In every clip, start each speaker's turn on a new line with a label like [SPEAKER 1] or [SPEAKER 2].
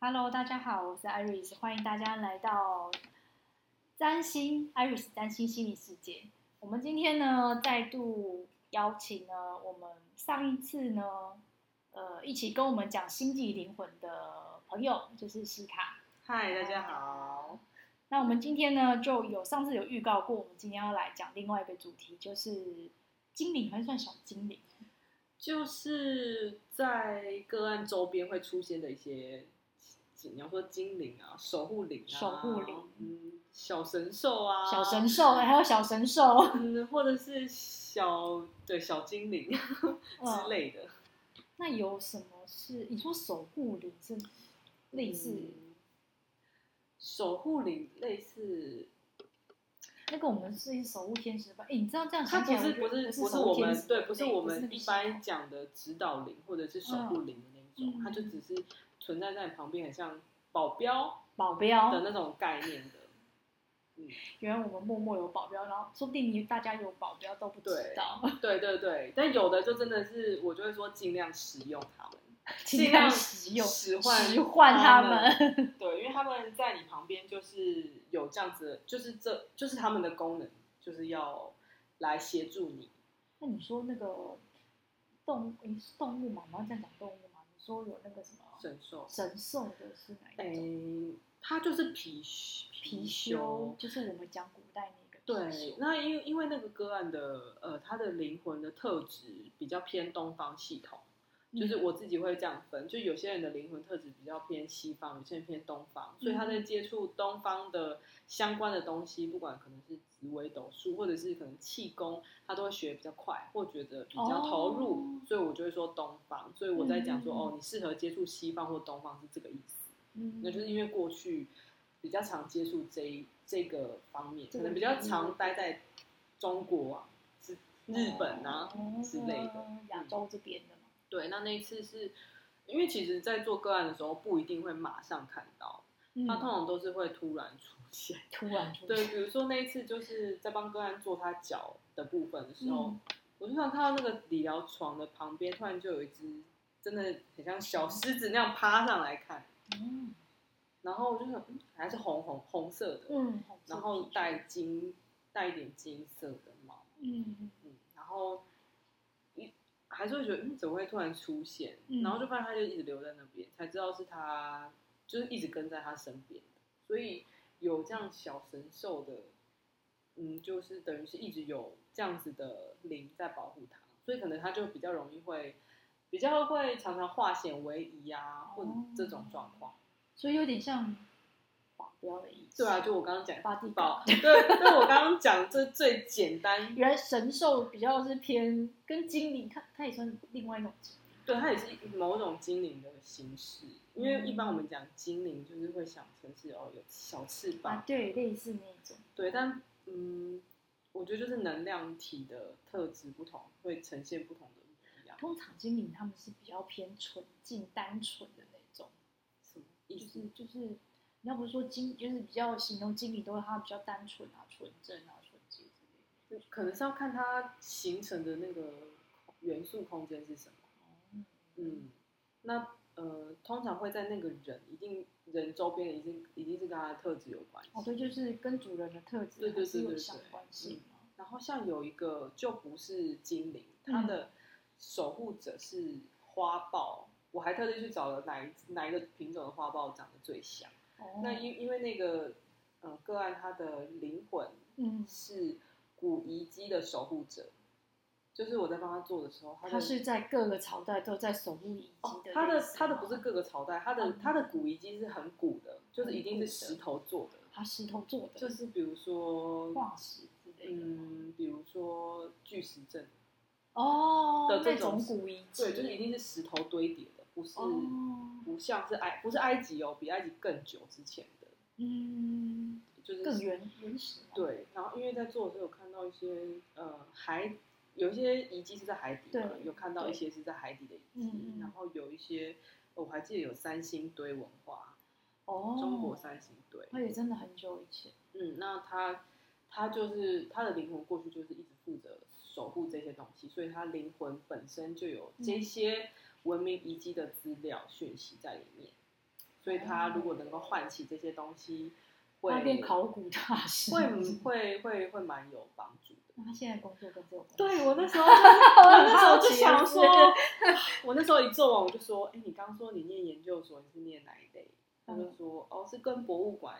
[SPEAKER 1] Hello，大家好，我是 Iris，欢迎大家来到占星 Iris 占星心理世界。我们今天呢，再度邀请呢，我们上一次呢，呃，一起跟我们讲星际灵魂的朋友，就是西卡。
[SPEAKER 2] 嗨，大家好。
[SPEAKER 1] 那我们今天呢，就有上次有预告过，我们今天要来讲另外一个主题，就是精灵还是算小精灵？
[SPEAKER 2] 就是在个案周边会出现的一些，你要说精灵啊、守护灵啊、
[SPEAKER 1] 守护灵
[SPEAKER 2] 嗯，小神兽啊、
[SPEAKER 1] 小神兽，还有小神兽。
[SPEAKER 2] 嗯，或者是小对小精灵
[SPEAKER 1] 嗯
[SPEAKER 2] 之类的，
[SPEAKER 1] 那有什么是你说守护灵是类似、
[SPEAKER 2] 嗯守护灵类似，
[SPEAKER 1] 那个我们是守护天使吧？哎、你知道这样
[SPEAKER 2] 它
[SPEAKER 1] 想起
[SPEAKER 2] 不
[SPEAKER 1] 来我
[SPEAKER 2] 是
[SPEAKER 1] 觉得
[SPEAKER 2] 不
[SPEAKER 1] 不
[SPEAKER 2] 是不是
[SPEAKER 1] 守护
[SPEAKER 2] 我
[SPEAKER 1] 天
[SPEAKER 2] 们
[SPEAKER 1] 使
[SPEAKER 2] 对，不是我
[SPEAKER 1] 不
[SPEAKER 2] 们
[SPEAKER 1] 那
[SPEAKER 2] 一
[SPEAKER 1] 个系
[SPEAKER 2] 般
[SPEAKER 1] 统
[SPEAKER 2] 讲的指导灵或者是守护灵的那一种，
[SPEAKER 1] 嗯
[SPEAKER 2] 它就只是存在在你旁边，很像保镖
[SPEAKER 1] 保
[SPEAKER 2] 的
[SPEAKER 1] 镖，
[SPEAKER 2] 那种概念的。
[SPEAKER 1] 原来我们默默有保镖，然后说不定你大家有保镖都不知
[SPEAKER 2] 对
[SPEAKER 1] 道，
[SPEAKER 2] 对对对，但有的就真的是，我就会说尽量使用它们，
[SPEAKER 1] 尽
[SPEAKER 2] 尽
[SPEAKER 1] 量
[SPEAKER 2] 量
[SPEAKER 1] 使用
[SPEAKER 2] 使唤
[SPEAKER 1] 使唤他
[SPEAKER 2] 们。
[SPEAKER 1] 们。
[SPEAKER 2] 对，因为他们在你旁边就是有这样子的，就是这就是他们的功能，就是要来协助你。
[SPEAKER 1] 那你说那个动你是动物嘛？我们要这样讲动物嘛？你说有那个什么
[SPEAKER 2] 神兽，
[SPEAKER 1] 神兽的是哪
[SPEAKER 2] 哎
[SPEAKER 1] 一种？，
[SPEAKER 2] 它就是貔
[SPEAKER 1] 貔
[SPEAKER 2] 貔
[SPEAKER 1] 貅
[SPEAKER 2] 貅。
[SPEAKER 1] 就是我们讲古代那个貔貅，
[SPEAKER 2] 对那因为因为那个个案的呃，他的灵魂的特质比较偏东方系统，就是
[SPEAKER 1] 嗯
[SPEAKER 2] 我自己会这样分，就有些人的灵魂特质比较偏西方，有些人偏东方，所以他在
[SPEAKER 1] 嗯
[SPEAKER 2] 接触东方的相关的东西，不管可能是紫微斗数，或者是可能气功，他都会学得比较快，或觉得比较投入，
[SPEAKER 1] 哦
[SPEAKER 2] 所以我就会说东方。所以我在讲说，
[SPEAKER 1] 嗯
[SPEAKER 2] 哦，你适合接触西方或东方是这个意思。
[SPEAKER 1] 嗯
[SPEAKER 2] 那就是因为过去比较常接触这一这个方面，
[SPEAKER 1] 这
[SPEAKER 2] 可
[SPEAKER 1] 个
[SPEAKER 2] 能比较常待在中国啊、是日本啊、
[SPEAKER 1] 嗯哦
[SPEAKER 2] 之类的。嗯
[SPEAKER 1] 亚洲这边的嘛。
[SPEAKER 2] 对，那那一次是因为其实，在做个案的时候不一定会马上看到，
[SPEAKER 1] 嗯
[SPEAKER 2] 它通常都是会突然出 现。
[SPEAKER 1] 突然出现
[SPEAKER 2] 对，比如说那一次就是在帮个案做他脚的部分的时候，
[SPEAKER 1] 嗯
[SPEAKER 2] 我就突然看到那个理疗床的旁边，突然就有一只真的很像小狮子那样趴上来看，
[SPEAKER 1] 嗯
[SPEAKER 2] 然后我就想，嗯，还是红红红色的，
[SPEAKER 1] 嗯，
[SPEAKER 2] 然后带金带一点金色的毛。
[SPEAKER 1] 嗯
[SPEAKER 2] 嗯，然后一还是会觉得，嗯，怎么会突然出现？
[SPEAKER 1] 嗯
[SPEAKER 2] 然后就发现他就一直留在那边，才知道是他，就是一直跟在他身边的。所以有这样小神兽的，嗯，就是等于是一直有这样子的灵在保护他，所以可能他就比较容易会，比较会常常化险为夷啊，或者
[SPEAKER 1] 哦
[SPEAKER 2] 这种状况。
[SPEAKER 1] 所以有点像保镖的意思。
[SPEAKER 2] 对啊，就我刚刚讲
[SPEAKER 1] 巴蒂
[SPEAKER 2] 保，对，对我刚刚讲这最简单，
[SPEAKER 1] 原来神兽比较是偏跟精灵，它它也算另外一种精灵。
[SPEAKER 2] 对，它也是某种精灵的形式，
[SPEAKER 1] 嗯
[SPEAKER 2] 因为一般我们讲精灵，就是会想成是哦有小翅膀，
[SPEAKER 1] 啊，对，类似那一种。
[SPEAKER 2] 对，但嗯，我觉得就是能量体的特质不同，会呈现不同的不一样。
[SPEAKER 1] 通常精灵他们是比较偏纯净、单纯的那种，
[SPEAKER 2] 什么
[SPEAKER 1] 就
[SPEAKER 2] 意思？
[SPEAKER 1] 是就是，你要不是说精，就是比较形容精灵都是它比较单纯啊、纯正啊、纯洁之类的。
[SPEAKER 2] 就可能是要看它形成的那个元素空间是什么。
[SPEAKER 1] 嗯
[SPEAKER 2] 嗯，那呃，通常会在那个人一定人周边的一定一定是跟他的特质有关系。
[SPEAKER 1] 哦，对，就是跟主人的特质
[SPEAKER 2] 对对
[SPEAKER 1] 还是
[SPEAKER 2] 对
[SPEAKER 1] 有
[SPEAKER 2] 对
[SPEAKER 1] 相
[SPEAKER 2] 对嗯
[SPEAKER 1] 关性嘛。
[SPEAKER 2] 然后像有一个就不是精灵，
[SPEAKER 1] 嗯
[SPEAKER 2] 它的守护者是花豹，我还特地去找了哪一哪一个品种的花豹长得最像。
[SPEAKER 1] 哦
[SPEAKER 2] 那因因为那个呃个案，它的灵魂
[SPEAKER 1] 嗯，
[SPEAKER 2] 是古遗迹的守护者，就是我在帮他做的时候，他的
[SPEAKER 1] 它是在各个朝代都在守护遗迹
[SPEAKER 2] 哦
[SPEAKER 1] 的类似吗、
[SPEAKER 2] 他的他的不是各个朝代，他的
[SPEAKER 1] 嗯
[SPEAKER 2] 他的古遗迹是很古的，就是一定
[SPEAKER 1] 很古的
[SPEAKER 2] 是石头做的，
[SPEAKER 1] 它石头做的，
[SPEAKER 2] 就是比如说
[SPEAKER 1] 化石之类的吗。
[SPEAKER 2] 嗯，比如说巨石阵。
[SPEAKER 1] 哦，
[SPEAKER 2] 的这
[SPEAKER 1] 那
[SPEAKER 2] 种
[SPEAKER 1] 种古遗迹，
[SPEAKER 2] 对，就是一定是石头堆叠的，不是、
[SPEAKER 1] 哦，
[SPEAKER 2] 不像是埃不是埃及哦，比埃及更久之前的，
[SPEAKER 1] 嗯，
[SPEAKER 2] 就是
[SPEAKER 1] 更原原始嘛。，
[SPEAKER 2] 对。然后因为在做的时候有看到一些呃海，有一些遗迹是在海底嘛，
[SPEAKER 1] 对
[SPEAKER 2] 有看到
[SPEAKER 1] 对
[SPEAKER 2] 一些是在海底的遗
[SPEAKER 1] 嗯
[SPEAKER 2] 迹
[SPEAKER 1] 嗯，
[SPEAKER 2] 然后有一些我还记得有三星堆文化，
[SPEAKER 1] 哦，
[SPEAKER 2] 中国三星堆，
[SPEAKER 1] 那也真的很久以前。
[SPEAKER 2] 嗯，那他他就是他的灵魂过去就是一直负责守护这些东西，所以他灵魂嗯本身就有这些文明遗迹的资料讯息在里面，所以他如果能够唤起这些东西，
[SPEAKER 1] 他
[SPEAKER 2] 会
[SPEAKER 1] 变考古大师。
[SPEAKER 2] 会嗯会会会蛮有帮助的。
[SPEAKER 1] 那他现在工作跟这有关系？
[SPEAKER 2] 对我那时候就是，我
[SPEAKER 1] 很
[SPEAKER 2] 那时候
[SPEAKER 1] 好
[SPEAKER 2] 就
[SPEAKER 1] 奇
[SPEAKER 2] 想
[SPEAKER 1] 是
[SPEAKER 2] 说， 我那时候一做完我就说，哎、你刚说你念研究所，你是念哪一类？他就
[SPEAKER 1] 嗯
[SPEAKER 2] 说，哦，是跟博物馆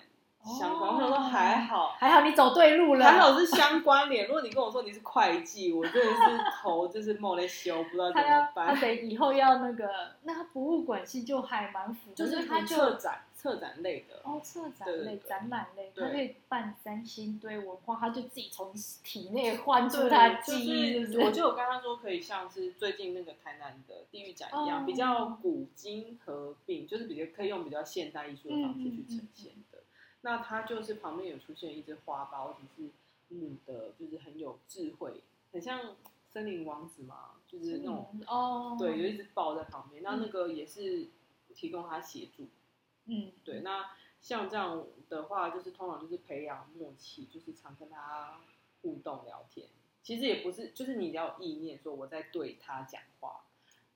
[SPEAKER 2] 相关。
[SPEAKER 1] 哦
[SPEAKER 2] 我想说还好，
[SPEAKER 1] 还好你走对路了，
[SPEAKER 2] 还好是相关联。 如果你跟我说你是会计，我真的是头就是冒在修，不知道怎
[SPEAKER 1] 他
[SPEAKER 2] 么
[SPEAKER 1] 要他
[SPEAKER 2] 办。
[SPEAKER 1] 得以后要那个，那他博物馆系就还蛮符合，
[SPEAKER 2] 就是
[SPEAKER 1] 他就
[SPEAKER 2] 策展策展类的，
[SPEAKER 1] 哦策展
[SPEAKER 2] 对对
[SPEAKER 1] 类、
[SPEAKER 2] 对
[SPEAKER 1] 展览类，
[SPEAKER 2] 对
[SPEAKER 1] 他可以办三星堆文化，他就自己从体内唤出
[SPEAKER 2] 对，
[SPEAKER 1] 他的记忆，
[SPEAKER 2] 就是
[SPEAKER 1] 不
[SPEAKER 2] 我
[SPEAKER 1] 是？
[SPEAKER 2] 就有跟他说，可以像是最近那个台南的地狱展一样，
[SPEAKER 1] 哦
[SPEAKER 2] 比较古今合并，就是比较可以用比较现代艺术的方式去呈现
[SPEAKER 1] 嗯
[SPEAKER 2] 的。那它就是旁边有出现一只花苞，只是母的，就是很有智慧，很像森林王子嘛，就是那种、
[SPEAKER 1] 嗯哦，
[SPEAKER 2] 对，有一只豹在旁边。那那个也是提供他协助
[SPEAKER 1] 嗯，
[SPEAKER 2] 对，那像这样的话，就是通常就是培养默契，就是常跟他互动聊天。其实也不是，就是你要有意念说我在对他讲话，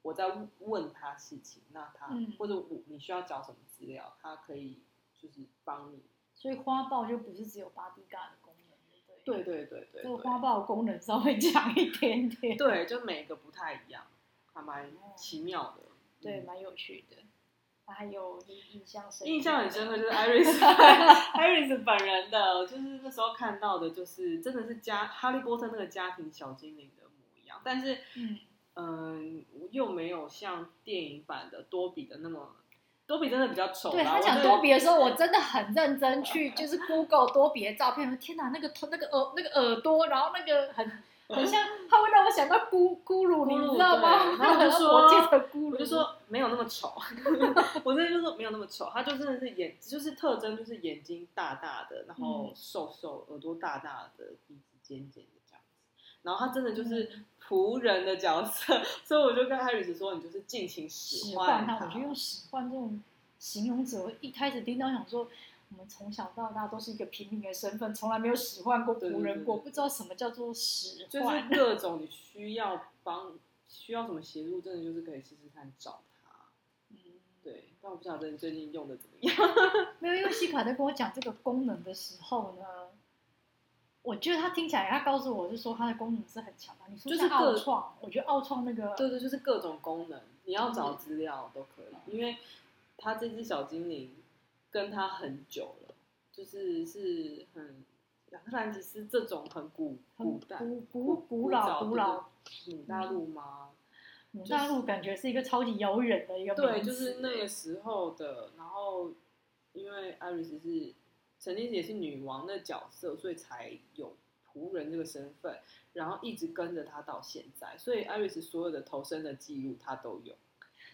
[SPEAKER 2] 我在问他事情，那他、
[SPEAKER 1] 嗯
[SPEAKER 2] 或者我你需要找什么资料，他可以就是帮你。
[SPEAKER 1] 所以花豹就不是只有 bodyguard 的功能，对不对？
[SPEAKER 2] 对对对对
[SPEAKER 1] 这个
[SPEAKER 2] 对，
[SPEAKER 1] 花豹的功能稍微强一点点，
[SPEAKER 2] 对，就每个不太一样，还蛮
[SPEAKER 1] 哦
[SPEAKER 2] 奇妙的。
[SPEAKER 1] 对，
[SPEAKER 2] 嗯
[SPEAKER 1] 蛮有趣的。啊还有就是印象深刻的，
[SPEAKER 2] 印象很 深刻，就是 Iris Iris 本人的，就是那时候看到的，就是真的是家哈利波特那个家庭小精灵的模样，但是
[SPEAKER 1] 嗯，
[SPEAKER 2] 嗯，又没有像电影版的多比的那么，多比真的比较丑啦。
[SPEAKER 1] 对他
[SPEAKER 2] 我
[SPEAKER 1] 讲
[SPEAKER 2] 真
[SPEAKER 1] 多比的时候，我真的很认真去就是 Google 多比的照片，我说天哪，那个头、那个耳、那个耳朵，然后那个很很像，他会让我想到咕咕噜，
[SPEAKER 2] 咕噜
[SPEAKER 1] 你知道吗？
[SPEAKER 2] 对然 后我就说
[SPEAKER 1] 我记得咕噜，
[SPEAKER 2] 我就说没有那么丑，我真的就说没有那么丑，他就真的是眼，就是特征就是眼睛大大的，然后
[SPEAKER 1] 嗯
[SPEAKER 2] 瘦瘦，耳朵大大的，鼻子尖尖的这样子。然后他真的
[SPEAKER 1] 嗯
[SPEAKER 2] 就是仆人的角色， 所以我就跟艾瑞斯说，你就是尽情使
[SPEAKER 1] 使唤
[SPEAKER 2] 他。
[SPEAKER 1] 他，我就用使唤这种形容词。我一开始听到想说，我们从小到大都是一个平民的身份，从来没有使唤过
[SPEAKER 2] 对对
[SPEAKER 1] 仆人过，
[SPEAKER 2] 对对
[SPEAKER 1] 不知道什么叫做使
[SPEAKER 2] 就是
[SPEAKER 1] 唤。
[SPEAKER 2] 各种你需要帮、需要什么协助，真的就是可以试试看找他。
[SPEAKER 1] 嗯
[SPEAKER 2] 对，但我不晓得你最近用的怎么样。
[SPEAKER 1] 没有，因为西卡在跟我讲这个功能的时候呢，我觉得他听起来，他告诉我是说它的功能是很强的。你说
[SPEAKER 2] 就是
[SPEAKER 1] 像奥
[SPEAKER 2] 各
[SPEAKER 1] 创，我觉得奥创那个，
[SPEAKER 2] 对对，就是各种功能，你要找
[SPEAKER 1] 嗯
[SPEAKER 2] 资料都可以，因为他这只小精灵跟他很久了，就是是很亚特兰蒂斯这种很古
[SPEAKER 1] 很
[SPEAKER 2] 古代
[SPEAKER 1] 古古古老古老，
[SPEAKER 2] 古大陆吗？
[SPEAKER 1] 古大陆感觉是一个超级遥远的一个嗯
[SPEAKER 2] 对，
[SPEAKER 1] 名
[SPEAKER 2] 就
[SPEAKER 1] 词欸
[SPEAKER 2] 是那个时候的。然后因为艾瑞斯是曾经也是女王的角色，所以才有仆人这个身份，然后一直跟着他到现在，所以艾瑞斯所有的投身的记录他都有。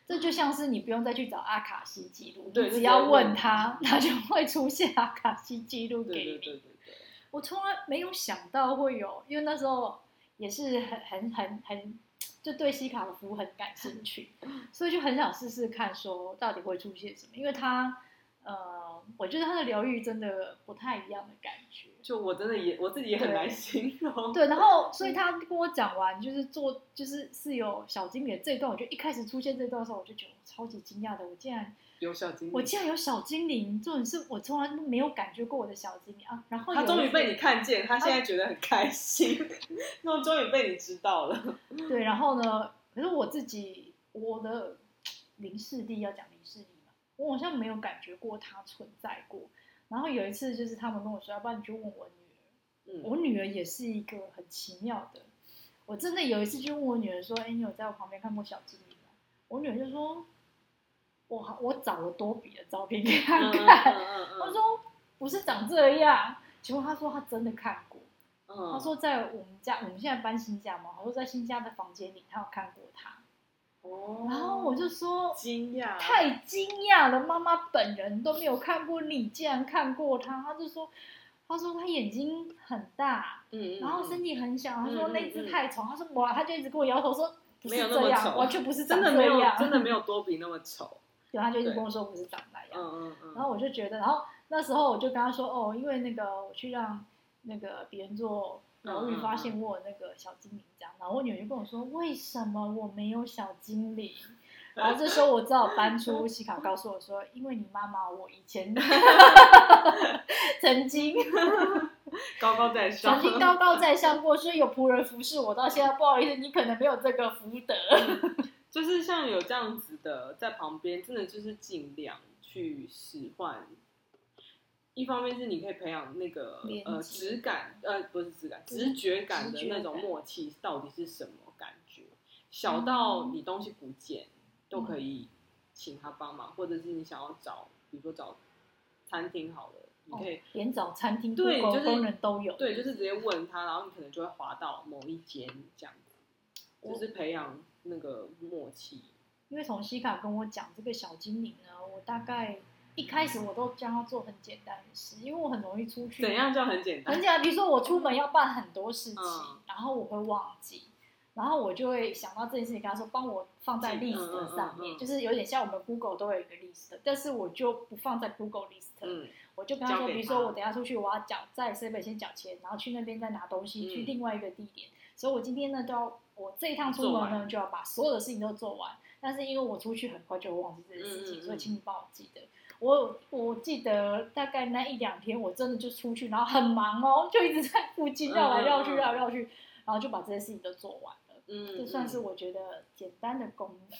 [SPEAKER 1] 这就像是你不用再去找阿卡西记录，
[SPEAKER 2] 对
[SPEAKER 1] 你
[SPEAKER 2] 就
[SPEAKER 1] 只
[SPEAKER 2] 是
[SPEAKER 1] 要
[SPEAKER 2] 要
[SPEAKER 1] 问
[SPEAKER 2] 问
[SPEAKER 1] 他，他就会出现阿卡西记录给
[SPEAKER 2] 对
[SPEAKER 1] 你。
[SPEAKER 2] 对对对对。
[SPEAKER 1] 我从来没有想到会有，因为那时候也是很很很很，就对西卡的服务很感兴趣，
[SPEAKER 2] 嗯
[SPEAKER 1] 所以就很想试试看，说到底会出现什么。因为他，呃，我觉得他的疗愈真的不太一样的感觉。
[SPEAKER 2] 就我真的也我自己也很难形容。
[SPEAKER 1] 对，然后所以他跟我讲完，就是做就是是有小精灵的这一段，我就一开始出现这段的时候，我就觉得我超级惊讶的，我竟然
[SPEAKER 2] 有小精灵，
[SPEAKER 1] 我竟然有小精灵，这种是我从来没有感觉过我的小精灵啊。然后
[SPEAKER 2] 他
[SPEAKER 1] 有
[SPEAKER 2] 终
[SPEAKER 1] 一嗯
[SPEAKER 2] 于被你看见，他现在觉得很开心， 那我终于被你知道了。
[SPEAKER 1] 对，然后呢，可是我自己我的林世弟要讲林世弟嘛，我好像没有感觉过他存在过。然后有一次就是他们跟我说，要不然你就问我女儿，
[SPEAKER 2] 嗯，
[SPEAKER 1] 我女儿也是一个很奇妙的。我真的有一次就问我女儿说：“哎，你有在我旁边看过小精灵吗？”我女儿就说：“我好我找了多比的照片给她
[SPEAKER 2] 嗯
[SPEAKER 1] 看。
[SPEAKER 2] 嗯
[SPEAKER 1] 她说：“不是长这样。”结果她说她真的看过。
[SPEAKER 2] 嗯
[SPEAKER 1] 他说在我们家，我们现在搬新家嘛，他说在新家的房间里，他有看过他。
[SPEAKER 2] 哦
[SPEAKER 1] 然后我就说
[SPEAKER 2] 惊讶，
[SPEAKER 1] 太惊讶了，妈妈本人都没有看过你，竟然看过他。他就说，他说他眼睛很大，
[SPEAKER 2] 嗯，嗯
[SPEAKER 1] 然后身
[SPEAKER 2] 嗯
[SPEAKER 1] 体很小，他说
[SPEAKER 2] 嗯嗯
[SPEAKER 1] 那只
[SPEAKER 2] 嗯
[SPEAKER 1] 太丑。他说哇，他就一直跟我摇头说不是
[SPEAKER 2] 没有那
[SPEAKER 1] 这
[SPEAKER 2] 么
[SPEAKER 1] 样，
[SPEAKER 2] 丑
[SPEAKER 1] 完全不是长
[SPEAKER 2] 真的
[SPEAKER 1] 这
[SPEAKER 2] 没有
[SPEAKER 1] 样，
[SPEAKER 2] 真的没有多比那么丑，
[SPEAKER 1] 对，他就一直
[SPEAKER 2] 对
[SPEAKER 1] 跟我说不是长那样。
[SPEAKER 2] 嗯嗯
[SPEAKER 1] 然
[SPEAKER 2] 嗯，
[SPEAKER 1] 后我就觉得，然后那时候我就跟他说，哦，因为那个我去让那个别人做疗愈，
[SPEAKER 2] 嗯嗯
[SPEAKER 1] 发现我有那个小精灵这样。然后我女儿就跟我说，为什么我没有小精灵？然后这时候我只好搬出西卡告诉我说，因为你妈妈，我以前 曾 经
[SPEAKER 2] 高高在上
[SPEAKER 1] 曾，经高高在上过，所以有仆人服侍我，到现在不好意思，你可能没有这个福德。
[SPEAKER 2] 就是像有这样子的在旁边，真的就是尽量去使唤。一方面是你可以培养那个
[SPEAKER 1] 连
[SPEAKER 2] 呃
[SPEAKER 1] 接
[SPEAKER 2] 质感，呃不是质感，
[SPEAKER 1] 嗯
[SPEAKER 2] 直觉感的
[SPEAKER 1] 直觉
[SPEAKER 2] 那种
[SPEAKER 1] 感嗯
[SPEAKER 2] 默契到底是什么感觉，小到你东西不见都可以请他帮忙，或者是你想要找，比如说找餐厅好了，
[SPEAKER 1] 哦
[SPEAKER 2] 你可以、
[SPEAKER 1] 连找餐厅、
[SPEAKER 2] 对
[SPEAKER 1] Google
[SPEAKER 2] 就是
[SPEAKER 1] 功能都有。
[SPEAKER 2] 对，就是直接问他，然后你可能就会滑到某一间这样子，
[SPEAKER 1] 我
[SPEAKER 2] 就是培养那个默契。
[SPEAKER 1] 因为从西卡跟我讲这个小精灵呢，我大概一开始我都将它做很简单的事，因为我很容易出去。
[SPEAKER 2] 怎样叫很简单
[SPEAKER 1] 很？简单，比如说我出门要办很多事情，
[SPEAKER 2] 嗯
[SPEAKER 1] 然后我会忘记，然后我就会想到这件事情，跟他说帮我放在
[SPEAKER 2] 嗯嗯
[SPEAKER 1] list 上面，
[SPEAKER 2] 嗯嗯
[SPEAKER 1] 就是有点像我们 Google 都有一个 list，但是我就不放在 Google list，、
[SPEAKER 2] 嗯，
[SPEAKER 1] 我就跟他
[SPEAKER 2] 交
[SPEAKER 1] 说，
[SPEAKER 2] 给
[SPEAKER 1] 比如
[SPEAKER 2] 他
[SPEAKER 1] 说我等一下出去，我要缴在 C 北先缴钱，然后去那边再拿东西，
[SPEAKER 2] 嗯
[SPEAKER 1] 去另外一个地点。所以我今天呢，就要我这一趟出门
[SPEAKER 2] 做
[SPEAKER 1] 呢，
[SPEAKER 2] 完
[SPEAKER 1] 就要把所有的事情都做完。但是因为我出去很快就忘记这件事情，
[SPEAKER 2] 嗯嗯嗯
[SPEAKER 1] 所以请你帮我记得。我我记得大概那一两天，我真的就出去，然后很忙哦，就一直在附近绕来绕去，
[SPEAKER 2] 嗯嗯嗯
[SPEAKER 1] 绕来绕去，然后就把这些事情都做完了。
[SPEAKER 2] 嗯，
[SPEAKER 1] 这算是
[SPEAKER 2] 嗯
[SPEAKER 1] 我觉得简单的功能，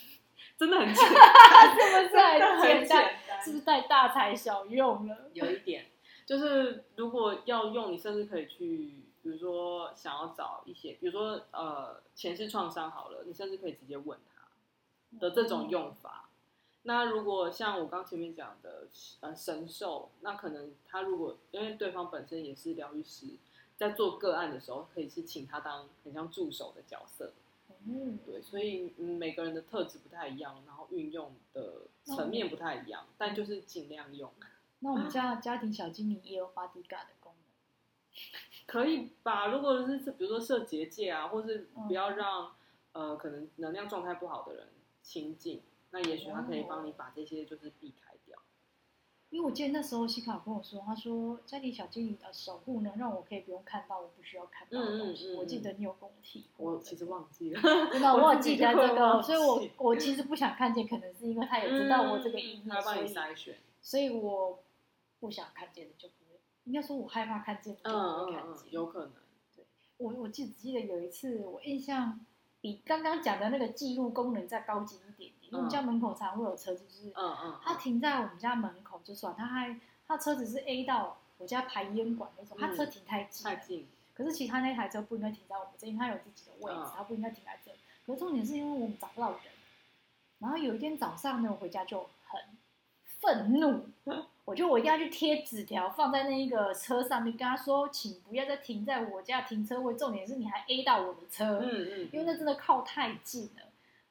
[SPEAKER 2] 真的 很简单，
[SPEAKER 1] 是不 是
[SPEAKER 2] 真的
[SPEAKER 1] 很
[SPEAKER 2] 很
[SPEAKER 1] 简单？是
[SPEAKER 2] 简单，
[SPEAKER 1] 不是太大材小用了？
[SPEAKER 2] 有一点，就是如果要用，你甚至可以去，比如说想要找一些，比如说呃前世创伤好了，你甚至可以直接问他的这种用法。那如果像我刚前面讲的，呃，神兽，那可能他如果因为对方本身也是疗愈师，在做个案的时候，可以是请他当很像助手的角色，
[SPEAKER 1] 嗯，
[SPEAKER 2] 对，所以嗯，每个人的特质不太一样，然后运用的
[SPEAKER 1] 哦
[SPEAKER 2] 层面不太一样，但就是尽量用，啊
[SPEAKER 1] 那我们家家庭小精灵也有巴迪嘎的功能，
[SPEAKER 2] 可以吧？如果是比如说设结界啊，或是
[SPEAKER 1] 嗯
[SPEAKER 2] 不要让、呃可能能量状态不好的人亲近，那也许他可以
[SPEAKER 1] 哦
[SPEAKER 2] 帮你把这些就是避开掉。
[SPEAKER 1] 因为我记得那时候西卡跟我说，他说家庭小精灵的守护呢，让我可以不用看到我不需要看到的东西。
[SPEAKER 2] 嗯嗯嗯嗯嗯
[SPEAKER 1] 我记得你有跟我提过，
[SPEAKER 2] 我其实忘记了，
[SPEAKER 1] 真的我有记得这
[SPEAKER 2] 我
[SPEAKER 1] 个，所
[SPEAKER 2] 自
[SPEAKER 1] 以
[SPEAKER 2] 己就会忘
[SPEAKER 1] 我
[SPEAKER 2] 记
[SPEAKER 1] 我其实不想看见，可能是因为他也知道我这个意
[SPEAKER 2] 嗯
[SPEAKER 1] 念，
[SPEAKER 2] 他会帮你
[SPEAKER 1] 所以
[SPEAKER 2] 筛选，
[SPEAKER 1] 所以我不想看见的就不会，应该说我害怕看见的
[SPEAKER 2] 嗯
[SPEAKER 1] 就不会
[SPEAKER 2] 嗯
[SPEAKER 1] 看
[SPEAKER 2] 嗯
[SPEAKER 1] 见，。
[SPEAKER 2] 有可能，
[SPEAKER 1] 我我记只记得有一次，我印象比刚刚讲的那个记录功能再高级一点点，因为我们
[SPEAKER 2] 嗯
[SPEAKER 1] 家门口常会有车，就是
[SPEAKER 2] 嗯嗯，
[SPEAKER 1] 他停在我们家门口就算，他还他车子是 A 到我家排烟管那种，
[SPEAKER 2] 嗯
[SPEAKER 1] 他车停太近了
[SPEAKER 2] 太。近，
[SPEAKER 1] 可是其他那台车不应该停在我们这里，因为它有自己的位置
[SPEAKER 2] 嗯，
[SPEAKER 1] 它不应该停在这里。可是重点是因为我们找不到人。然后有一天早上呢，我回家就很愤 怒，我觉得我一定要去贴纸条放在那一个车上面，跟他说，请不要再停在我家停车位。重点是你还 A 到我的车，
[SPEAKER 2] 嗯嗯，
[SPEAKER 1] 因为那真的靠太近了。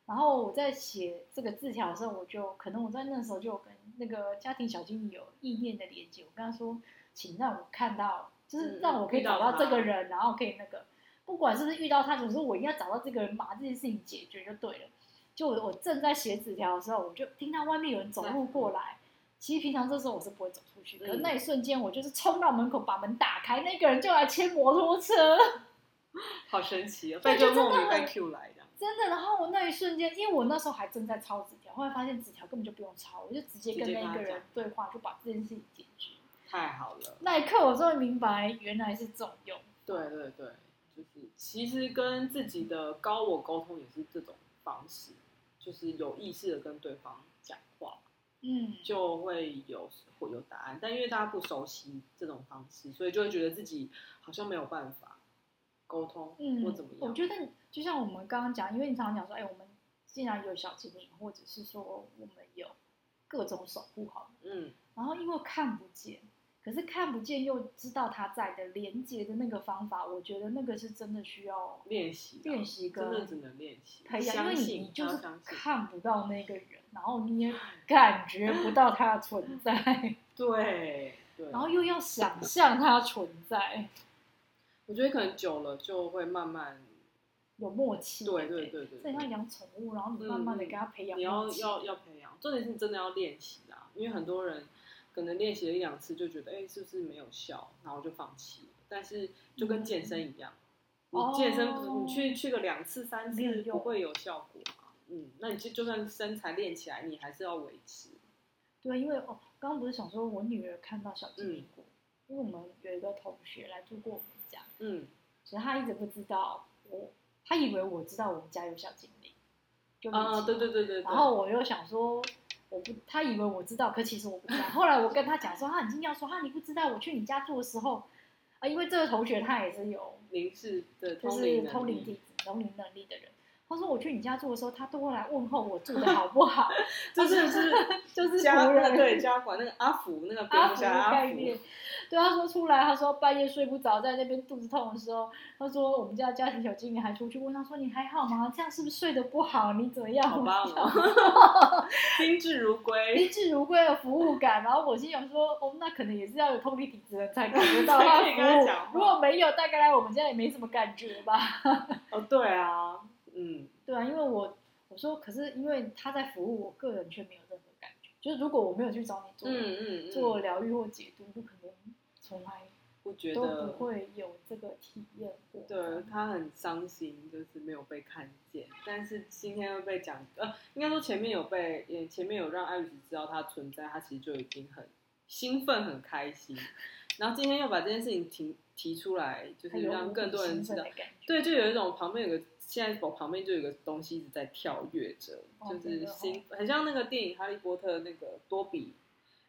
[SPEAKER 1] 然后我在写这个字条的时候，我就可能我在那时候就有跟那个家庭小经理有意念的连接，我跟他说，请让我看到，
[SPEAKER 2] 嗯
[SPEAKER 1] 就是让我可以找到这个人，然后可以那个，不管是不是遇到他，总之我一定要找到这个人，把这件事情解决就对了。就我我正在写纸条的时候，我就听到外面有人走路过来。其实平常这时候我是不会走出去，可是
[SPEAKER 2] 嗯
[SPEAKER 1] 那一瞬间我就是冲到门口把门打开，那个人就来牵摩托车。
[SPEAKER 2] 好神奇哦，
[SPEAKER 1] 对
[SPEAKER 2] 被
[SPEAKER 1] 就真
[SPEAKER 2] 就
[SPEAKER 1] 的
[SPEAKER 2] 莫名被
[SPEAKER 1] 很
[SPEAKER 2] Q 来这样。
[SPEAKER 1] 真的，然后我那一瞬间，因为我那时候还正在抄纸条，后来发现纸条根本就不用抄，我就直接跟
[SPEAKER 2] 直接跟
[SPEAKER 1] 那
[SPEAKER 2] 他
[SPEAKER 1] 一个
[SPEAKER 2] 讲
[SPEAKER 1] 人对话，就把这件事情解决。
[SPEAKER 2] 太好了，
[SPEAKER 1] 那一刻，我终于明白原来是这种用。
[SPEAKER 2] 对对对，就是其实跟自己的高我沟通也是这种方式，就是有意识的跟对方讲话，
[SPEAKER 1] 嗯，
[SPEAKER 2] 就会有会有答案。但因为大家不熟悉这种方式，所以就会觉得自己好像没有办法沟通
[SPEAKER 1] 嗯，
[SPEAKER 2] 或怎么
[SPEAKER 1] 我
[SPEAKER 2] 样。
[SPEAKER 1] 觉得就像我们刚刚讲，因为你常常讲说，哎，我们既然有小精灵，或者是说我们有各种守护好了，
[SPEAKER 2] 嗯，
[SPEAKER 1] 然后因为看不见，可是看不见又知道它在的连接的那个方法，我觉得那个是真的需要
[SPEAKER 2] 练习啊
[SPEAKER 1] 练习
[SPEAKER 2] 真
[SPEAKER 1] 跟
[SPEAKER 2] 的只能练习，
[SPEAKER 1] 培哎养，因为
[SPEAKER 2] 相
[SPEAKER 1] 你
[SPEAKER 2] 信
[SPEAKER 1] 你就
[SPEAKER 2] 要
[SPEAKER 1] 是
[SPEAKER 2] 相信。
[SPEAKER 1] 看不到那个人，然后你
[SPEAKER 2] 嗯
[SPEAKER 1] 也感觉不到他的存 在，
[SPEAKER 2] 对对，
[SPEAKER 1] 然后又要想象他存在，
[SPEAKER 2] 我觉得可能久了就会慢慢，
[SPEAKER 1] 有默契。
[SPEAKER 2] 对对，对对
[SPEAKER 1] 这很
[SPEAKER 2] 对
[SPEAKER 1] 像养宠物，然后你慢慢的给他培养
[SPEAKER 2] 你要
[SPEAKER 1] 默契。
[SPEAKER 2] 要要培养，重点是你真的要练习啦，因为很多人可能练习了一两次就觉得，哎、是不是没有效，然后就放弃了。但是就跟健身一样，
[SPEAKER 1] 嗯
[SPEAKER 2] 你健身、
[SPEAKER 1] 哦
[SPEAKER 2] 你去去个两次三
[SPEAKER 1] 没有
[SPEAKER 2] 次
[SPEAKER 1] 用
[SPEAKER 2] 不会有效果嘛，嗯，那你就就算身材练起来，你还是要维持。
[SPEAKER 1] 对，因为哦，刚刚不是想说我女儿看到小
[SPEAKER 2] 嗯
[SPEAKER 1] 精灵过，因为我们有一个同学来住过我们家，
[SPEAKER 2] 嗯，
[SPEAKER 1] 只是她一直不知道我，她以为我知道我们家有小精灵，就没
[SPEAKER 2] 啊，
[SPEAKER 1] 提
[SPEAKER 2] 对对对对对。
[SPEAKER 1] 然后我又想说，我不，他以为我知道，可其实我不 知道。后来我跟他讲说，他很惊讶说，哈，你不知道我去你家住的时候，啊，因为这个同学他也是有
[SPEAKER 2] 凝视的
[SPEAKER 1] 就
[SPEAKER 2] 通
[SPEAKER 1] 是
[SPEAKER 2] 灵
[SPEAKER 1] 通
[SPEAKER 2] 能
[SPEAKER 1] 灵
[SPEAKER 2] 力，
[SPEAKER 1] 体质、通灵能力的人。他说我去你家住的时候，他都会来问候我住的好不 好，
[SPEAKER 2] 这是不是
[SPEAKER 1] 啊就是
[SPEAKER 2] 加
[SPEAKER 1] 仆人
[SPEAKER 2] 对加管那个阿福那个蝙
[SPEAKER 1] 阿
[SPEAKER 2] 蝠
[SPEAKER 1] 福
[SPEAKER 2] 侠
[SPEAKER 1] 的
[SPEAKER 2] 阿
[SPEAKER 1] 概
[SPEAKER 2] 福，
[SPEAKER 1] 念。对，他说出来，他说半夜睡不着，在那边肚子痛的时候，他说我们家家庭小精灵还出去问他说你还好吗？这样是不是睡得不好？你怎么样？
[SPEAKER 2] 好
[SPEAKER 1] 我
[SPEAKER 2] 棒
[SPEAKER 1] 这样
[SPEAKER 2] 哦，宾至如归。
[SPEAKER 1] 宾至哎如归的服务感，然后我心想说，哦，那可能也是要有通力体质的人才感觉到他
[SPEAKER 2] 才可以跟
[SPEAKER 1] 的
[SPEAKER 2] 他
[SPEAKER 1] 服务
[SPEAKER 2] 讲话。
[SPEAKER 1] 如果没有，大概来我们家也没什么感觉吧。
[SPEAKER 2] 哦，对啊，嗯，
[SPEAKER 1] 对啊，因为我我说，可是因为他在服务，我个人却没有任何感觉。就是如果我没有去找你做、
[SPEAKER 2] 嗯嗯
[SPEAKER 1] 做
[SPEAKER 2] 嗯，
[SPEAKER 1] 疗愈或解读，不可能从来
[SPEAKER 2] 我觉
[SPEAKER 1] 都不
[SPEAKER 2] 得
[SPEAKER 1] 会有这个体验过。
[SPEAKER 2] 对他很伤心，就是没有被看见。但是今天又被讲，呃，应该说前面有被，也前面有让艾瑞斯知道他存在，他其实就已经很兴奋、很开心。然后今天又把这件事情提提出来，就
[SPEAKER 1] 他
[SPEAKER 2] 是
[SPEAKER 1] 有
[SPEAKER 2] 让更多人知道
[SPEAKER 1] 的。感觉。
[SPEAKER 2] 对，就有一种旁边有个，现在我旁边就有个东西一直在跳跃着，
[SPEAKER 1] 哦
[SPEAKER 2] 就
[SPEAKER 1] 真
[SPEAKER 2] 是
[SPEAKER 1] 的哦
[SPEAKER 2] 新，很像那个电影《哈利波特》那个多比，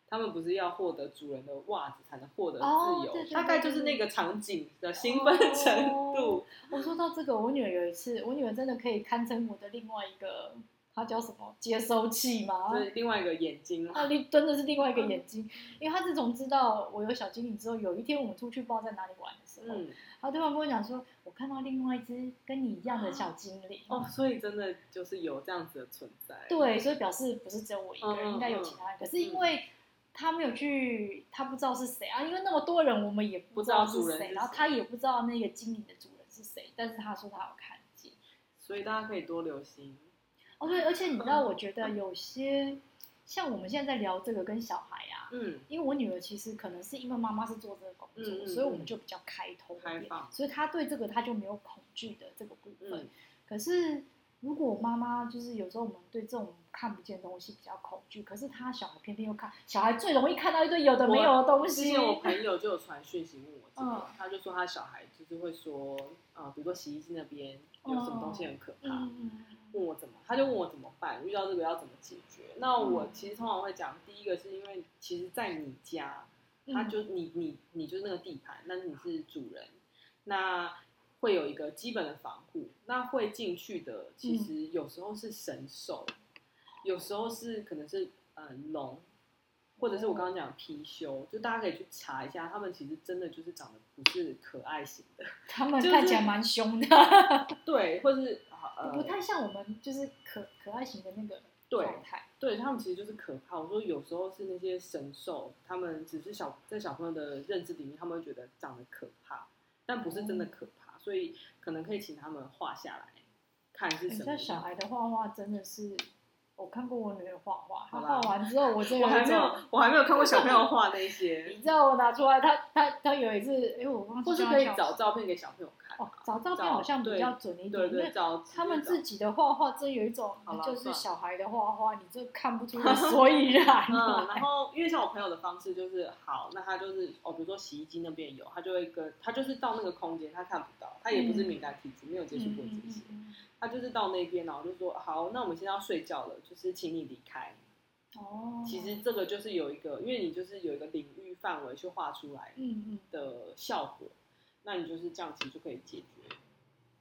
[SPEAKER 2] 他们不是要获得主人的袜子才能获得自由，
[SPEAKER 1] 哦对对
[SPEAKER 2] 大概就
[SPEAKER 1] 对
[SPEAKER 2] 是
[SPEAKER 1] 对
[SPEAKER 2] 那个场景的兴奋程度。
[SPEAKER 1] 我哦说到这个，我女儿有一次，我女儿真的可以堪称我的另外一个，她叫什么接收器吗？
[SPEAKER 2] 就是另外一个眼睛
[SPEAKER 1] 那
[SPEAKER 2] 啦，
[SPEAKER 1] 啊另真的是另外
[SPEAKER 2] 嗯
[SPEAKER 1] 一个眼睛，因为他自从知道我有小精灵之后，有一天我们出去不知道在哪里玩的时候，
[SPEAKER 2] 嗯，
[SPEAKER 1] 然后对方跟我讲说，我看到另外一只跟你一样的小精灵。
[SPEAKER 2] 哦，所以真的就是有这样子的存在，
[SPEAKER 1] 对，所以表示不是只有我一个人，
[SPEAKER 2] 嗯嗯
[SPEAKER 1] 应该有其他人。可是因为他没有去，他不知道是谁啊，因为那么多人，我们也不知道
[SPEAKER 2] 不知道主
[SPEAKER 1] 是
[SPEAKER 2] 人是
[SPEAKER 1] 谁，
[SPEAKER 2] 谁
[SPEAKER 1] 然后他也不知道那个精灵的主人是谁，但是他说他有看见。
[SPEAKER 2] 所以大家可以多留心。
[SPEAKER 1] 哦，对，而且你知
[SPEAKER 2] 嗯
[SPEAKER 1] 道，我觉得有些像我们现在在聊这个跟小孩啊，
[SPEAKER 2] 嗯，
[SPEAKER 1] 因为我女儿其实可能是因为妈妈是做这个工作，
[SPEAKER 2] 嗯嗯
[SPEAKER 1] 所以我们就比较开通一
[SPEAKER 2] 开
[SPEAKER 1] 点，
[SPEAKER 2] 放
[SPEAKER 1] 所以她对这个她就没有恐惧的这个部分。
[SPEAKER 2] 嗯
[SPEAKER 1] 可是如果妈妈就是有时候我们对这种看不见的东西比较恐惧，可是她小孩偏偏又看，小孩最容易看到一堆有的没有的东
[SPEAKER 2] 之
[SPEAKER 1] 西
[SPEAKER 2] 前。我朋友就有传讯息问我这个，
[SPEAKER 1] 嗯
[SPEAKER 2] 他就说他小孩就是会说，啊、比如说洗衣机那边有什么东西很可怕，
[SPEAKER 1] 嗯，
[SPEAKER 2] 问我怎么，他就问我怎么办，遇到这个要怎么解决。那
[SPEAKER 1] 嗯
[SPEAKER 2] 我其实通常会讲，第一个是因为其实，在你家，
[SPEAKER 1] 嗯
[SPEAKER 2] 他就你你你就是那个地盘，那你是主人，那会有一个基本的防护。那会进去的，其实有时候是神兽，有时候是可能是呃龙，或者是我刚刚讲的貔貅，就大家可以去查一下，他们其实真的就是长得不是可爱型的，
[SPEAKER 1] 他们
[SPEAKER 2] 就是
[SPEAKER 1] 看起来蛮凶的，
[SPEAKER 2] 对，或者是呃
[SPEAKER 1] 不太像我们就是可可爱型的那个
[SPEAKER 2] 对
[SPEAKER 1] 状态。
[SPEAKER 2] 对他们其实就是可怕。我说有时候是那些神兽，他们只是小在小朋友的认知里面，他们会觉得长得可怕，但不是
[SPEAKER 1] 哦
[SPEAKER 2] 真的可怕，所以可能可以请他们画下来看是
[SPEAKER 1] 你知
[SPEAKER 2] 什么。
[SPEAKER 1] 道小孩的画画真的是，我看过我女儿画画，她
[SPEAKER 2] 好啦
[SPEAKER 1] 画完之后我真的
[SPEAKER 2] 我还没有，我还没有看过小朋友画那
[SPEAKER 1] 啊你
[SPEAKER 2] 些，
[SPEAKER 1] 知道我拿出来，她她她有一次，哎，我忘记
[SPEAKER 2] 或是
[SPEAKER 1] 叫她
[SPEAKER 2] 可以
[SPEAKER 1] 叫
[SPEAKER 2] 找照片给小朋友看。
[SPEAKER 1] 哦，找照片好像比较准一点，
[SPEAKER 2] 对
[SPEAKER 1] 因
[SPEAKER 2] 对，
[SPEAKER 1] 为
[SPEAKER 2] 找嗯
[SPEAKER 1] 他们自
[SPEAKER 2] 己
[SPEAKER 1] 己的画画真有一种
[SPEAKER 2] 好啦
[SPEAKER 1] 就是
[SPEAKER 2] 算了
[SPEAKER 1] 小孩的画画，你这看不出个所以然
[SPEAKER 2] 嗯，
[SPEAKER 1] 来。
[SPEAKER 2] 然后因为像我朋友的方式就是，好，那他就是哦，比如说洗衣机那边有，他就会跟他就是到那个空间，他看不到，他也不是敏感体质，没有接触过这些。
[SPEAKER 1] 嗯
[SPEAKER 2] 他就是到那边，然后就说好，那我们现在要睡觉了，就是请你离开。
[SPEAKER 1] 哦，
[SPEAKER 2] 其实这个就是有一个，因为你就是有一个领域范围去画出来
[SPEAKER 1] 嗯嗯，
[SPEAKER 2] 的效果，那你就是这样子就可以解决。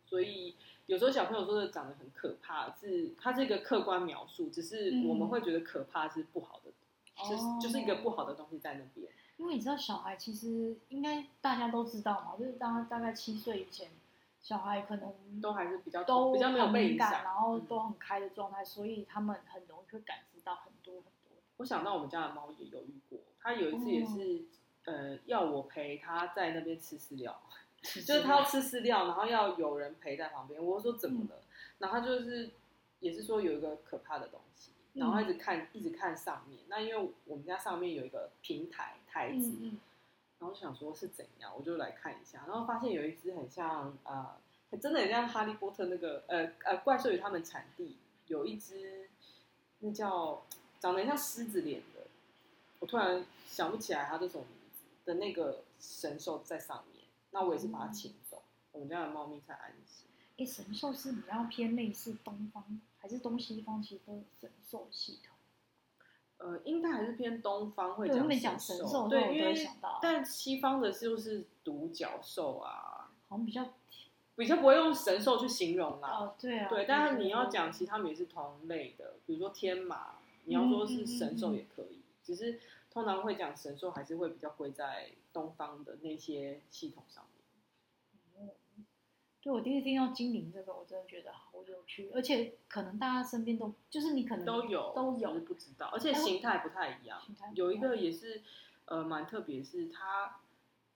[SPEAKER 2] 所以有时候小朋友说的长得很可怕，是它是一个客观描述，只是我
[SPEAKER 1] 嗯
[SPEAKER 2] 们会觉得可怕是不好的，
[SPEAKER 1] 哦
[SPEAKER 2] 就是就是一个不好的东西在那边。
[SPEAKER 1] 因为你知道小孩其实应该大家都知道嘛，就是大大概七岁以前，小孩可能
[SPEAKER 2] 都还是比较
[SPEAKER 1] 都
[SPEAKER 2] 比较没有
[SPEAKER 1] 很
[SPEAKER 2] 被
[SPEAKER 1] 敏
[SPEAKER 2] 影
[SPEAKER 1] 感
[SPEAKER 2] 响
[SPEAKER 1] 然后
[SPEAKER 2] 嗯
[SPEAKER 1] 都很开的状态，所以他们很容易会感知到很多很多。
[SPEAKER 2] 我想到我们家的猫也有遇过，它有一次
[SPEAKER 1] 哦
[SPEAKER 2] 也是，呃，要我陪它在那边吃饲料，就是它要吃饲料，然后要有人陪在旁边。我说怎
[SPEAKER 1] 嗯
[SPEAKER 2] 么了？然后它就是也是说有一个可怕的东西，
[SPEAKER 1] 嗯
[SPEAKER 2] 然后它一直看一直看上面。那因为我们家上面有一个平台台子，
[SPEAKER 1] 嗯嗯，
[SPEAKER 2] 然后想说是怎样，我就来看一下，然后发现有一只很像呃，真的很像哈利波特那个呃呃怪兽与他们产地有一只那叫长得像狮子脸的，我突然想不起来它叫什么名字的那个神兽在上面，那我也是把它
[SPEAKER 1] 嗯
[SPEAKER 2] 请走，我们家的猫咪才安心。
[SPEAKER 1] 诶，哎神兽是比较偏类似东方还是东西方其实都有神兽系统？
[SPEAKER 2] 呃，应该还是偏东方会
[SPEAKER 1] 对，我
[SPEAKER 2] 讲
[SPEAKER 1] 们讲神兽，所以
[SPEAKER 2] 对，
[SPEAKER 1] 我
[SPEAKER 2] 因
[SPEAKER 1] 都会
[SPEAKER 2] 为
[SPEAKER 1] 想到，
[SPEAKER 2] 但西方的就是独角兽啊，
[SPEAKER 1] 好像比较
[SPEAKER 2] 比较不会用神兽去形容啦。
[SPEAKER 1] 哦，对啊，
[SPEAKER 2] 对，但是你要讲，其实他们也是同类的，比如说天马，你要说是
[SPEAKER 1] 嗯
[SPEAKER 2] 神兽也可以，只是通常会讲神兽还是会比较归在东方的那些系统上面。
[SPEAKER 1] 对我第一次听到精灵这个，我真的觉得好有趣，而且可能大家身边都就是你可能
[SPEAKER 2] 都
[SPEAKER 1] 嗯
[SPEAKER 2] 有
[SPEAKER 1] 都
[SPEAKER 2] 只是
[SPEAKER 1] 有，哎
[SPEAKER 2] 不知道，而且形态不太一样
[SPEAKER 1] 形态不太一样。
[SPEAKER 2] 有一个也是呃蛮特别，是它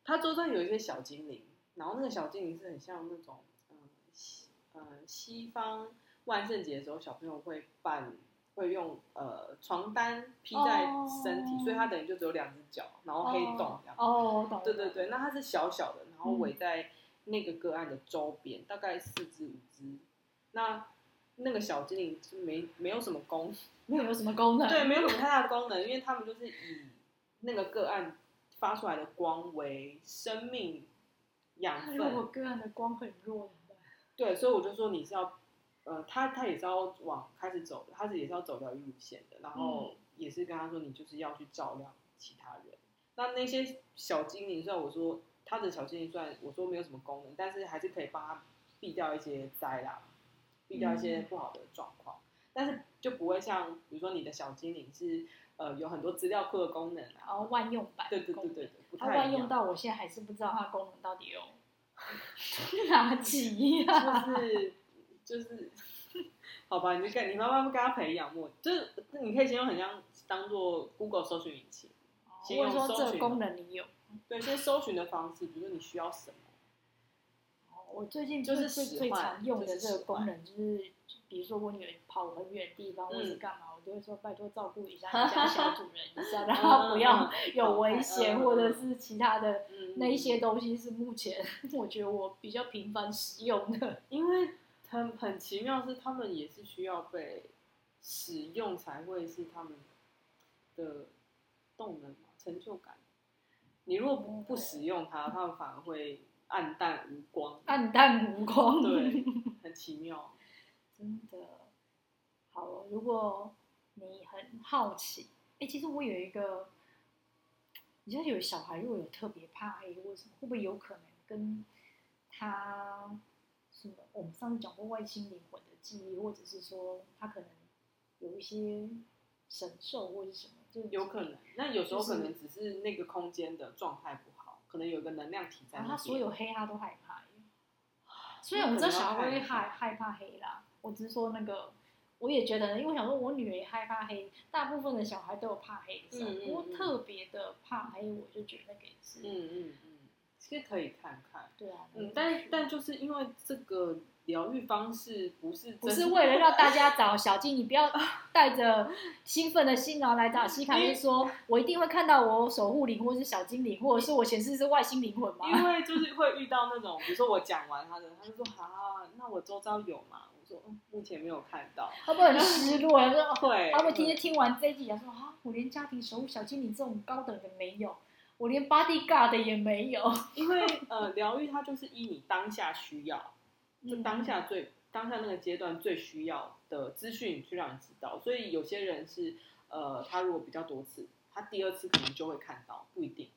[SPEAKER 2] 它周遭有一些小精灵，然后那个小精灵是很像那种嗯西呃西方万圣节的时候小朋友会扮。会用呃床单披在身体
[SPEAKER 1] 哦
[SPEAKER 2] 所以它等于就只有两只脚，然后黑洞这样。
[SPEAKER 1] 哦，嗯我懂，
[SPEAKER 2] 对对，对，那它是小小的，然后围在那个个案的周边，大概四只五只。那那个小精灵是没没有什么功
[SPEAKER 1] 那有什么功能？
[SPEAKER 2] 对，没有什么太大的功能，因为他们就是以那个个案发出来的光为生命养
[SPEAKER 1] 那如果
[SPEAKER 2] 分。
[SPEAKER 1] 个案的光很弱，怎么办
[SPEAKER 2] 对，所以我就说你是要，呃，他他也是要往开始走的，他是也是要走疗愈路线的，然
[SPEAKER 1] 嗯
[SPEAKER 2] 后也是跟他说你就是要去照亮其他人。那那些小精灵，虽然我说他的小精灵虽然我说没有什么功能，但是还是可以帮他避掉一些灾啦，避掉一些
[SPEAKER 1] 嗯
[SPEAKER 2] 不好的状况。但是就不会像比如说你的小精灵是呃有很多资料库的功能
[SPEAKER 1] 然
[SPEAKER 2] 啊，
[SPEAKER 1] 后万用版，
[SPEAKER 2] 对对对对，对，不
[SPEAKER 1] 哦它
[SPEAKER 2] 太
[SPEAKER 1] 万
[SPEAKER 2] 一
[SPEAKER 1] 用
[SPEAKER 2] 样。
[SPEAKER 1] 到我现在还是不知道它的功能到底有 哪几样。
[SPEAKER 2] 就是就是，好吧，你就跟你慢慢跟他培养默，就是你可以先用很像当做 Google 搜寻引擎，先
[SPEAKER 1] 或者说
[SPEAKER 2] 用搜
[SPEAKER 1] 这个
[SPEAKER 2] 寻
[SPEAKER 1] 功能你有？
[SPEAKER 2] 对，先搜寻的方式，比如说你需要什么，
[SPEAKER 1] 哦我最近
[SPEAKER 2] 就是
[SPEAKER 1] 最
[SPEAKER 2] 使
[SPEAKER 1] 最最
[SPEAKER 2] 唤
[SPEAKER 1] 常用
[SPEAKER 2] 就
[SPEAKER 1] 的
[SPEAKER 2] 是
[SPEAKER 1] 这个
[SPEAKER 2] 使
[SPEAKER 1] 功
[SPEAKER 2] 唤
[SPEAKER 1] 能就是，比如说我女儿跑很远的地方或是
[SPEAKER 2] 嗯
[SPEAKER 1] 干嘛，我就会说拜托照顾 一下你家小主人一下，让他不要有危险
[SPEAKER 2] 嗯嗯嗯
[SPEAKER 1] 或者是其他的。
[SPEAKER 2] 嗯
[SPEAKER 1] 那一些，东西是目前 我觉得我比较频繁使用的，
[SPEAKER 2] 因为很很奇妙是他们也是需要被使用才会是他们的动能嘛，成就感。你如果不不使用它，他们反而会暗淡无光。
[SPEAKER 1] 暗淡无光。
[SPEAKER 2] 对，很奇妙。
[SPEAKER 1] 真的好哦，如果你很好奇，哎、其实我有一个，你知道有小孩如果有特别怕黑或什么，会不会有可能跟他什么？我们上次讲过外星灵魂的记忆，或者是说他可能有一些神兽或者是什么，就是
[SPEAKER 2] 有可能。那有时候可能只是那个空间的状态不好，可能有个能量体在
[SPEAKER 1] 然
[SPEAKER 2] 那
[SPEAKER 1] 后啊
[SPEAKER 2] 边。
[SPEAKER 1] 他所有黑他都害怕耶。
[SPEAKER 2] 啊
[SPEAKER 1] 虽然我知道小孩会害害怕黑啦，我只是说那个，我也觉得，因为我想说我女儿也害怕黑，大部分的小孩都有怕黑的时候，
[SPEAKER 2] 嗯嗯
[SPEAKER 1] 不过
[SPEAKER 2] 嗯
[SPEAKER 1] 特别的怕黑，我就觉得那个也是，
[SPEAKER 2] 嗯嗯嗯，其实可以看看。
[SPEAKER 1] 对啊，
[SPEAKER 2] 嗯，但但就是因为这个疗愈方式不是真
[SPEAKER 1] 不是为了让大家找小静，你不要带着兴奋的心然后来找西卡，
[SPEAKER 2] 因
[SPEAKER 1] 就
[SPEAKER 2] 为
[SPEAKER 1] 说我一定会看到我守护灵或是小精灵，或者是我显示是外星灵魂
[SPEAKER 2] 因
[SPEAKER 1] 嘛？
[SPEAKER 2] 为就是会遇到那种，比如说我讲完他的，他就说啊，那我周遭有吗？我说嗯，目前没有看到。
[SPEAKER 1] 他会很失落，他说哦
[SPEAKER 2] 会，
[SPEAKER 1] 他会听听完这一集，讲说啊，我连家庭守护小精灵这种高等的没有，我连 bodyguard 的也没有，
[SPEAKER 2] 因为呃，疗愈它就是依你当下需要，就当下最当下那个阶段最需要的资讯去让你知道。所以有些人是呃，他如果比较多次，他第二次可能就会看到，不一定，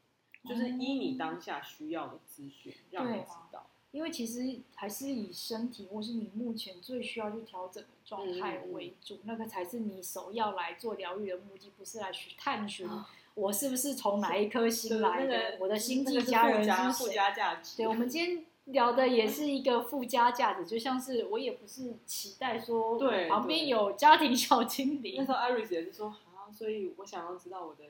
[SPEAKER 2] 就是依
[SPEAKER 1] 哦
[SPEAKER 2] 你当下需要的资讯让你知
[SPEAKER 1] 啊
[SPEAKER 2] 道。
[SPEAKER 1] 因为其实还是以身体或是你目前最需要去调整的状态为
[SPEAKER 2] 嗯
[SPEAKER 1] 主，那个才是你首要来做疗愈的目的，不是来去探寻我是不是从哪一颗
[SPEAKER 2] 啊对
[SPEAKER 1] 星来的，
[SPEAKER 2] 那个
[SPEAKER 1] 我的星
[SPEAKER 2] 那
[SPEAKER 1] 际
[SPEAKER 2] 个是
[SPEAKER 1] 家人
[SPEAKER 2] 附加
[SPEAKER 1] 是
[SPEAKER 2] 附
[SPEAKER 1] 谁。
[SPEAKER 2] 加价值，
[SPEAKER 1] 对，我们今天聊的也是一个附加价值，就像是我也不是期待说
[SPEAKER 2] 对
[SPEAKER 1] 旁边
[SPEAKER 2] 对
[SPEAKER 1] 有家庭小精灵
[SPEAKER 2] 那，时候 Iris 也是说啊，所以我想要知道我的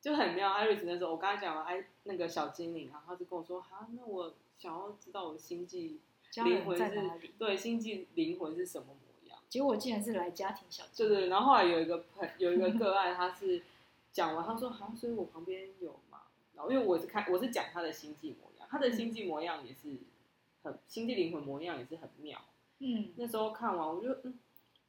[SPEAKER 2] 就很妙。Iris 那时候我刚才讲了哎那个小精灵，然后他就跟我说啊，那我想要知道我的星际
[SPEAKER 1] 家
[SPEAKER 2] 灵
[SPEAKER 1] 人
[SPEAKER 2] 魂
[SPEAKER 1] 在哪
[SPEAKER 2] 是
[SPEAKER 1] 里？
[SPEAKER 2] 对星际灵魂是什么模样？
[SPEAKER 1] 结果竟然是来家庭小
[SPEAKER 2] 对
[SPEAKER 1] 精灵，
[SPEAKER 2] 对，对然后后来有一个朋有一个个案，他是讲完，他说好、啊，所以我旁边有嘛，然后因为我是看我是讲他的星际模样，他的星际模样也是很星际灵魂模样也是很妙。
[SPEAKER 1] 嗯，
[SPEAKER 2] 那时候看完我就嗯，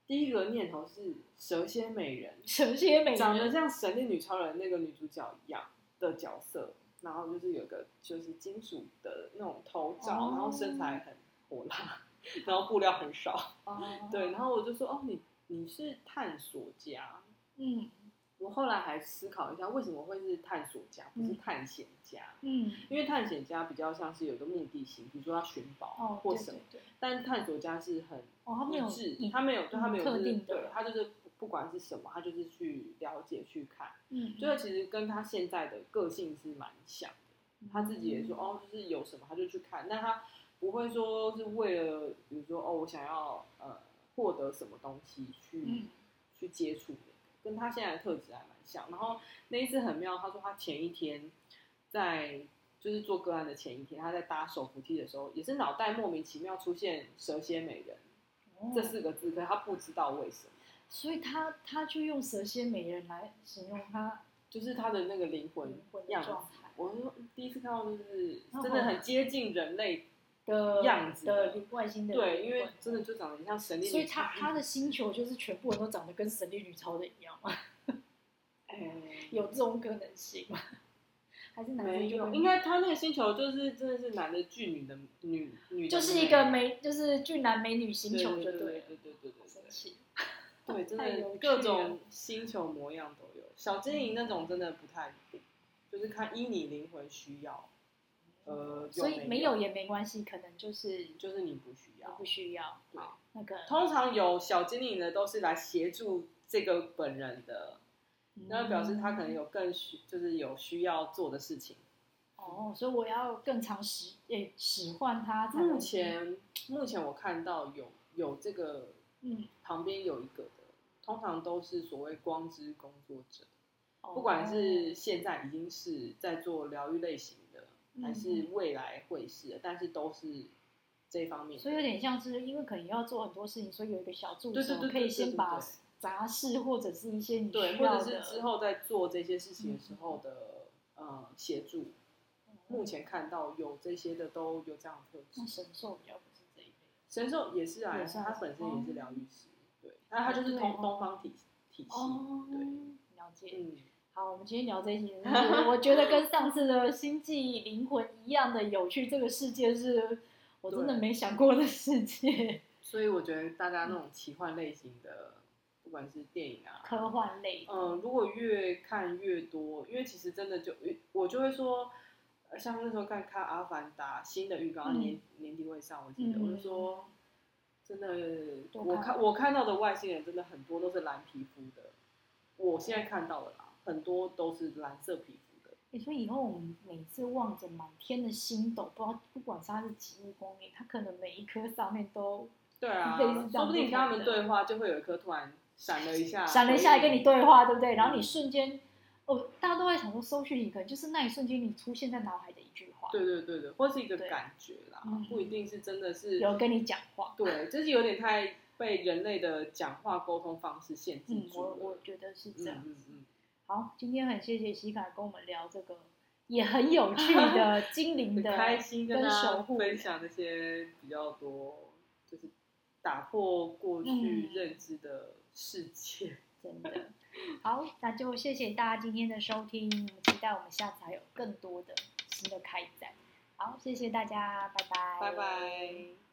[SPEAKER 2] 第一个念头是蛇蝎美人，
[SPEAKER 1] 蛇蝎美人
[SPEAKER 2] 长得像神力女超人那个女主角一样的角色，然后就是有一个就是金属的那种头罩，
[SPEAKER 1] 哦
[SPEAKER 2] 然后身材很火辣，然后布料很少，
[SPEAKER 1] 哦，
[SPEAKER 2] 对，，然后我就说哦，你你是探索家，
[SPEAKER 1] 嗯
[SPEAKER 2] 我后来还思考一下，为什么会是探索家，不是探险家？
[SPEAKER 1] 嗯，
[SPEAKER 2] 因为探险家比较像是有一个目的性，比如说要寻宝
[SPEAKER 1] 哦，
[SPEAKER 2] 或
[SPEAKER 1] 对
[SPEAKER 2] 什么，
[SPEAKER 1] 对对，
[SPEAKER 2] 但探索家是很
[SPEAKER 1] 哦，他们有
[SPEAKER 2] 一致，
[SPEAKER 1] 一
[SPEAKER 2] 他没有，对他没有、就
[SPEAKER 1] 特
[SPEAKER 2] 是、
[SPEAKER 1] 定的
[SPEAKER 2] 对他就是不不管是什么，他就是去了解去看。
[SPEAKER 1] 嗯，
[SPEAKER 2] 就是其实跟他现在的个性是蛮像的，他自己也说
[SPEAKER 1] 嗯
[SPEAKER 2] 哦，就是有什么他就去看，但他不会说是为了比如说哦，我想要呃获得什么东西去、
[SPEAKER 1] 嗯
[SPEAKER 2] 去接触的，跟他现在的特质还蛮像。然后那一次很妙，他说他前一天在。就是做个案的前一天，他在搭手扶梯的时候，也是脑袋莫名其妙出现“蛇蝎美人”
[SPEAKER 1] 哦
[SPEAKER 2] 这四个字，可是他不知道为什么，
[SPEAKER 1] 所以他他就用蛇蝎美人来形容他
[SPEAKER 2] 就是他的那个灵魂
[SPEAKER 1] 灵魂
[SPEAKER 2] 样
[SPEAKER 1] 的
[SPEAKER 2] 子
[SPEAKER 1] 状态
[SPEAKER 2] 我是第一次看到，就是
[SPEAKER 1] 然后
[SPEAKER 2] 真的很接近人类，
[SPEAKER 1] 的
[SPEAKER 2] 样子
[SPEAKER 1] 的灵外星的
[SPEAKER 2] 对，
[SPEAKER 1] 灵
[SPEAKER 2] 因为
[SPEAKER 1] 魂
[SPEAKER 2] 真的就长得很像神力女超
[SPEAKER 1] 所以
[SPEAKER 2] 人。
[SPEAKER 1] 他他的星球就是全部人都长得跟神力女超人一样嘛，
[SPEAKER 2] 哎
[SPEAKER 1] 有这种可能性吗？ 还是男
[SPEAKER 2] 没
[SPEAKER 1] 生就
[SPEAKER 2] 有，
[SPEAKER 1] 会
[SPEAKER 2] 应该他那个星球就是真的是男的巨女的女女的，
[SPEAKER 1] 就是一个美，就是俊男美女星球
[SPEAKER 2] 对
[SPEAKER 1] 就
[SPEAKER 2] 对对
[SPEAKER 1] 对了，
[SPEAKER 2] 对对对
[SPEAKER 1] 好
[SPEAKER 2] 对
[SPEAKER 1] 神奇。
[SPEAKER 2] 对，对真
[SPEAKER 1] 太有趣
[SPEAKER 2] 的
[SPEAKER 1] 了
[SPEAKER 2] 各种星球模样都有。小精灵那种真的不太一定，就是看依你灵魂需要，呃，
[SPEAKER 1] 所以
[SPEAKER 2] 没
[SPEAKER 1] 没有也没关系，可能就是就
[SPEAKER 2] 就是你不需要
[SPEAKER 1] 不。需要
[SPEAKER 2] 对
[SPEAKER 1] 好那个，
[SPEAKER 2] 通常有小精灵的都是来协助这个本人的，
[SPEAKER 1] 嗯
[SPEAKER 2] 那表示他可能
[SPEAKER 1] 有
[SPEAKER 2] 有更需，就是有需要做的事情。
[SPEAKER 1] 哦，所以我要更常使诶使唤他才能。
[SPEAKER 2] 目前目前我看到有有这个
[SPEAKER 1] 嗯，
[SPEAKER 2] 旁边有一个的，通常都是所谓光之工作者，
[SPEAKER 1] 哦
[SPEAKER 2] 不管是现在已经是在做疗愈类型的，还是
[SPEAKER 1] 嗯
[SPEAKER 2] 未来会是的，但是都是这方面的。
[SPEAKER 1] 所以有点像是，因为可能要做很多事情，所以有一个小助
[SPEAKER 2] 对对
[SPEAKER 1] 手
[SPEAKER 2] 对对
[SPEAKER 1] 可以先把
[SPEAKER 2] 对对
[SPEAKER 1] 杂事或者是一些你
[SPEAKER 2] 对，
[SPEAKER 1] 需
[SPEAKER 2] 或
[SPEAKER 1] 要
[SPEAKER 2] 者
[SPEAKER 1] 的，嗯
[SPEAKER 2] 是之后在做这些事情的时候的呃协助。目前看到有这些的都有这样的特质
[SPEAKER 1] 那。神兽比较不是这一类。
[SPEAKER 2] 神兽也是啊，
[SPEAKER 1] 嗯也
[SPEAKER 2] 也
[SPEAKER 1] 是哦
[SPEAKER 2] 是他本身也是疗愈师，对，那他就是
[SPEAKER 1] 对
[SPEAKER 2] 同
[SPEAKER 1] 哦
[SPEAKER 2] 东方体体系，对，，
[SPEAKER 1] 了解。
[SPEAKER 2] 嗯，
[SPEAKER 1] 好，我们今天聊这一集，就是我觉得跟上次的星际灵魂一样的有趣。这个世界是我真的
[SPEAKER 2] 对
[SPEAKER 1] 没想过的世界，
[SPEAKER 2] 所以我觉得大家那种奇幻类型的，不管是电影啊，
[SPEAKER 1] 科幻类。
[SPEAKER 2] 嗯，如果越看越多，因为其实真的就我就会说，呃像那时候看看《阿凡达》新的预告，
[SPEAKER 1] 嗯
[SPEAKER 2] 年年底会上，我记得、
[SPEAKER 1] 嗯
[SPEAKER 2] 我就说，真的，
[SPEAKER 1] 多
[SPEAKER 2] 我
[SPEAKER 1] 看
[SPEAKER 2] 看我看到的外星人真的很多都是蓝皮肤的，我现在看到的啦，很多都是蓝色皮肤的，
[SPEAKER 1] 你说以后我们每次望着满天的星斗，不知道不管是它是几亿光年，它可能每一颗上面都
[SPEAKER 2] 对啊，
[SPEAKER 1] 类似这样
[SPEAKER 2] 说不定
[SPEAKER 1] 不
[SPEAKER 2] 跟他
[SPEAKER 1] 同
[SPEAKER 2] 们
[SPEAKER 1] 的
[SPEAKER 2] 对话，就会有一颗突然闪了一下，
[SPEAKER 1] 闪了一下来跟你对话，对不对？然后你
[SPEAKER 2] 嗯
[SPEAKER 1] 瞬间，哦，大家都在想说搜寻你，可能就是那一瞬间你出现在脑海的一句话，
[SPEAKER 2] 对对对对，或是一个
[SPEAKER 1] 对
[SPEAKER 2] 感觉啦
[SPEAKER 1] 嗯，
[SPEAKER 2] 不一定是真的是
[SPEAKER 1] 有人跟你讲话。
[SPEAKER 2] 对，就是有点太被人类的讲话沟通方式限制
[SPEAKER 1] 嗯，
[SPEAKER 2] 住
[SPEAKER 1] 我
[SPEAKER 2] 了。
[SPEAKER 1] 我觉得是这样
[SPEAKER 2] 嗯嗯
[SPEAKER 1] 子。
[SPEAKER 2] 嗯，
[SPEAKER 1] 好，今天很谢谢西卡跟我们聊这个也很有趣 的精灵
[SPEAKER 2] 很
[SPEAKER 1] 的，
[SPEAKER 2] 开心跟大
[SPEAKER 1] 跟守
[SPEAKER 2] 家
[SPEAKER 1] 护
[SPEAKER 2] 分享这些比较多，就是打破过去
[SPEAKER 1] 嗯
[SPEAKER 2] 认知的世界。
[SPEAKER 1] 真的。好，那就谢谢大家今天的收听，期待我们下次还有更多的新的开展。好，谢谢大家，拜拜，
[SPEAKER 2] 拜拜。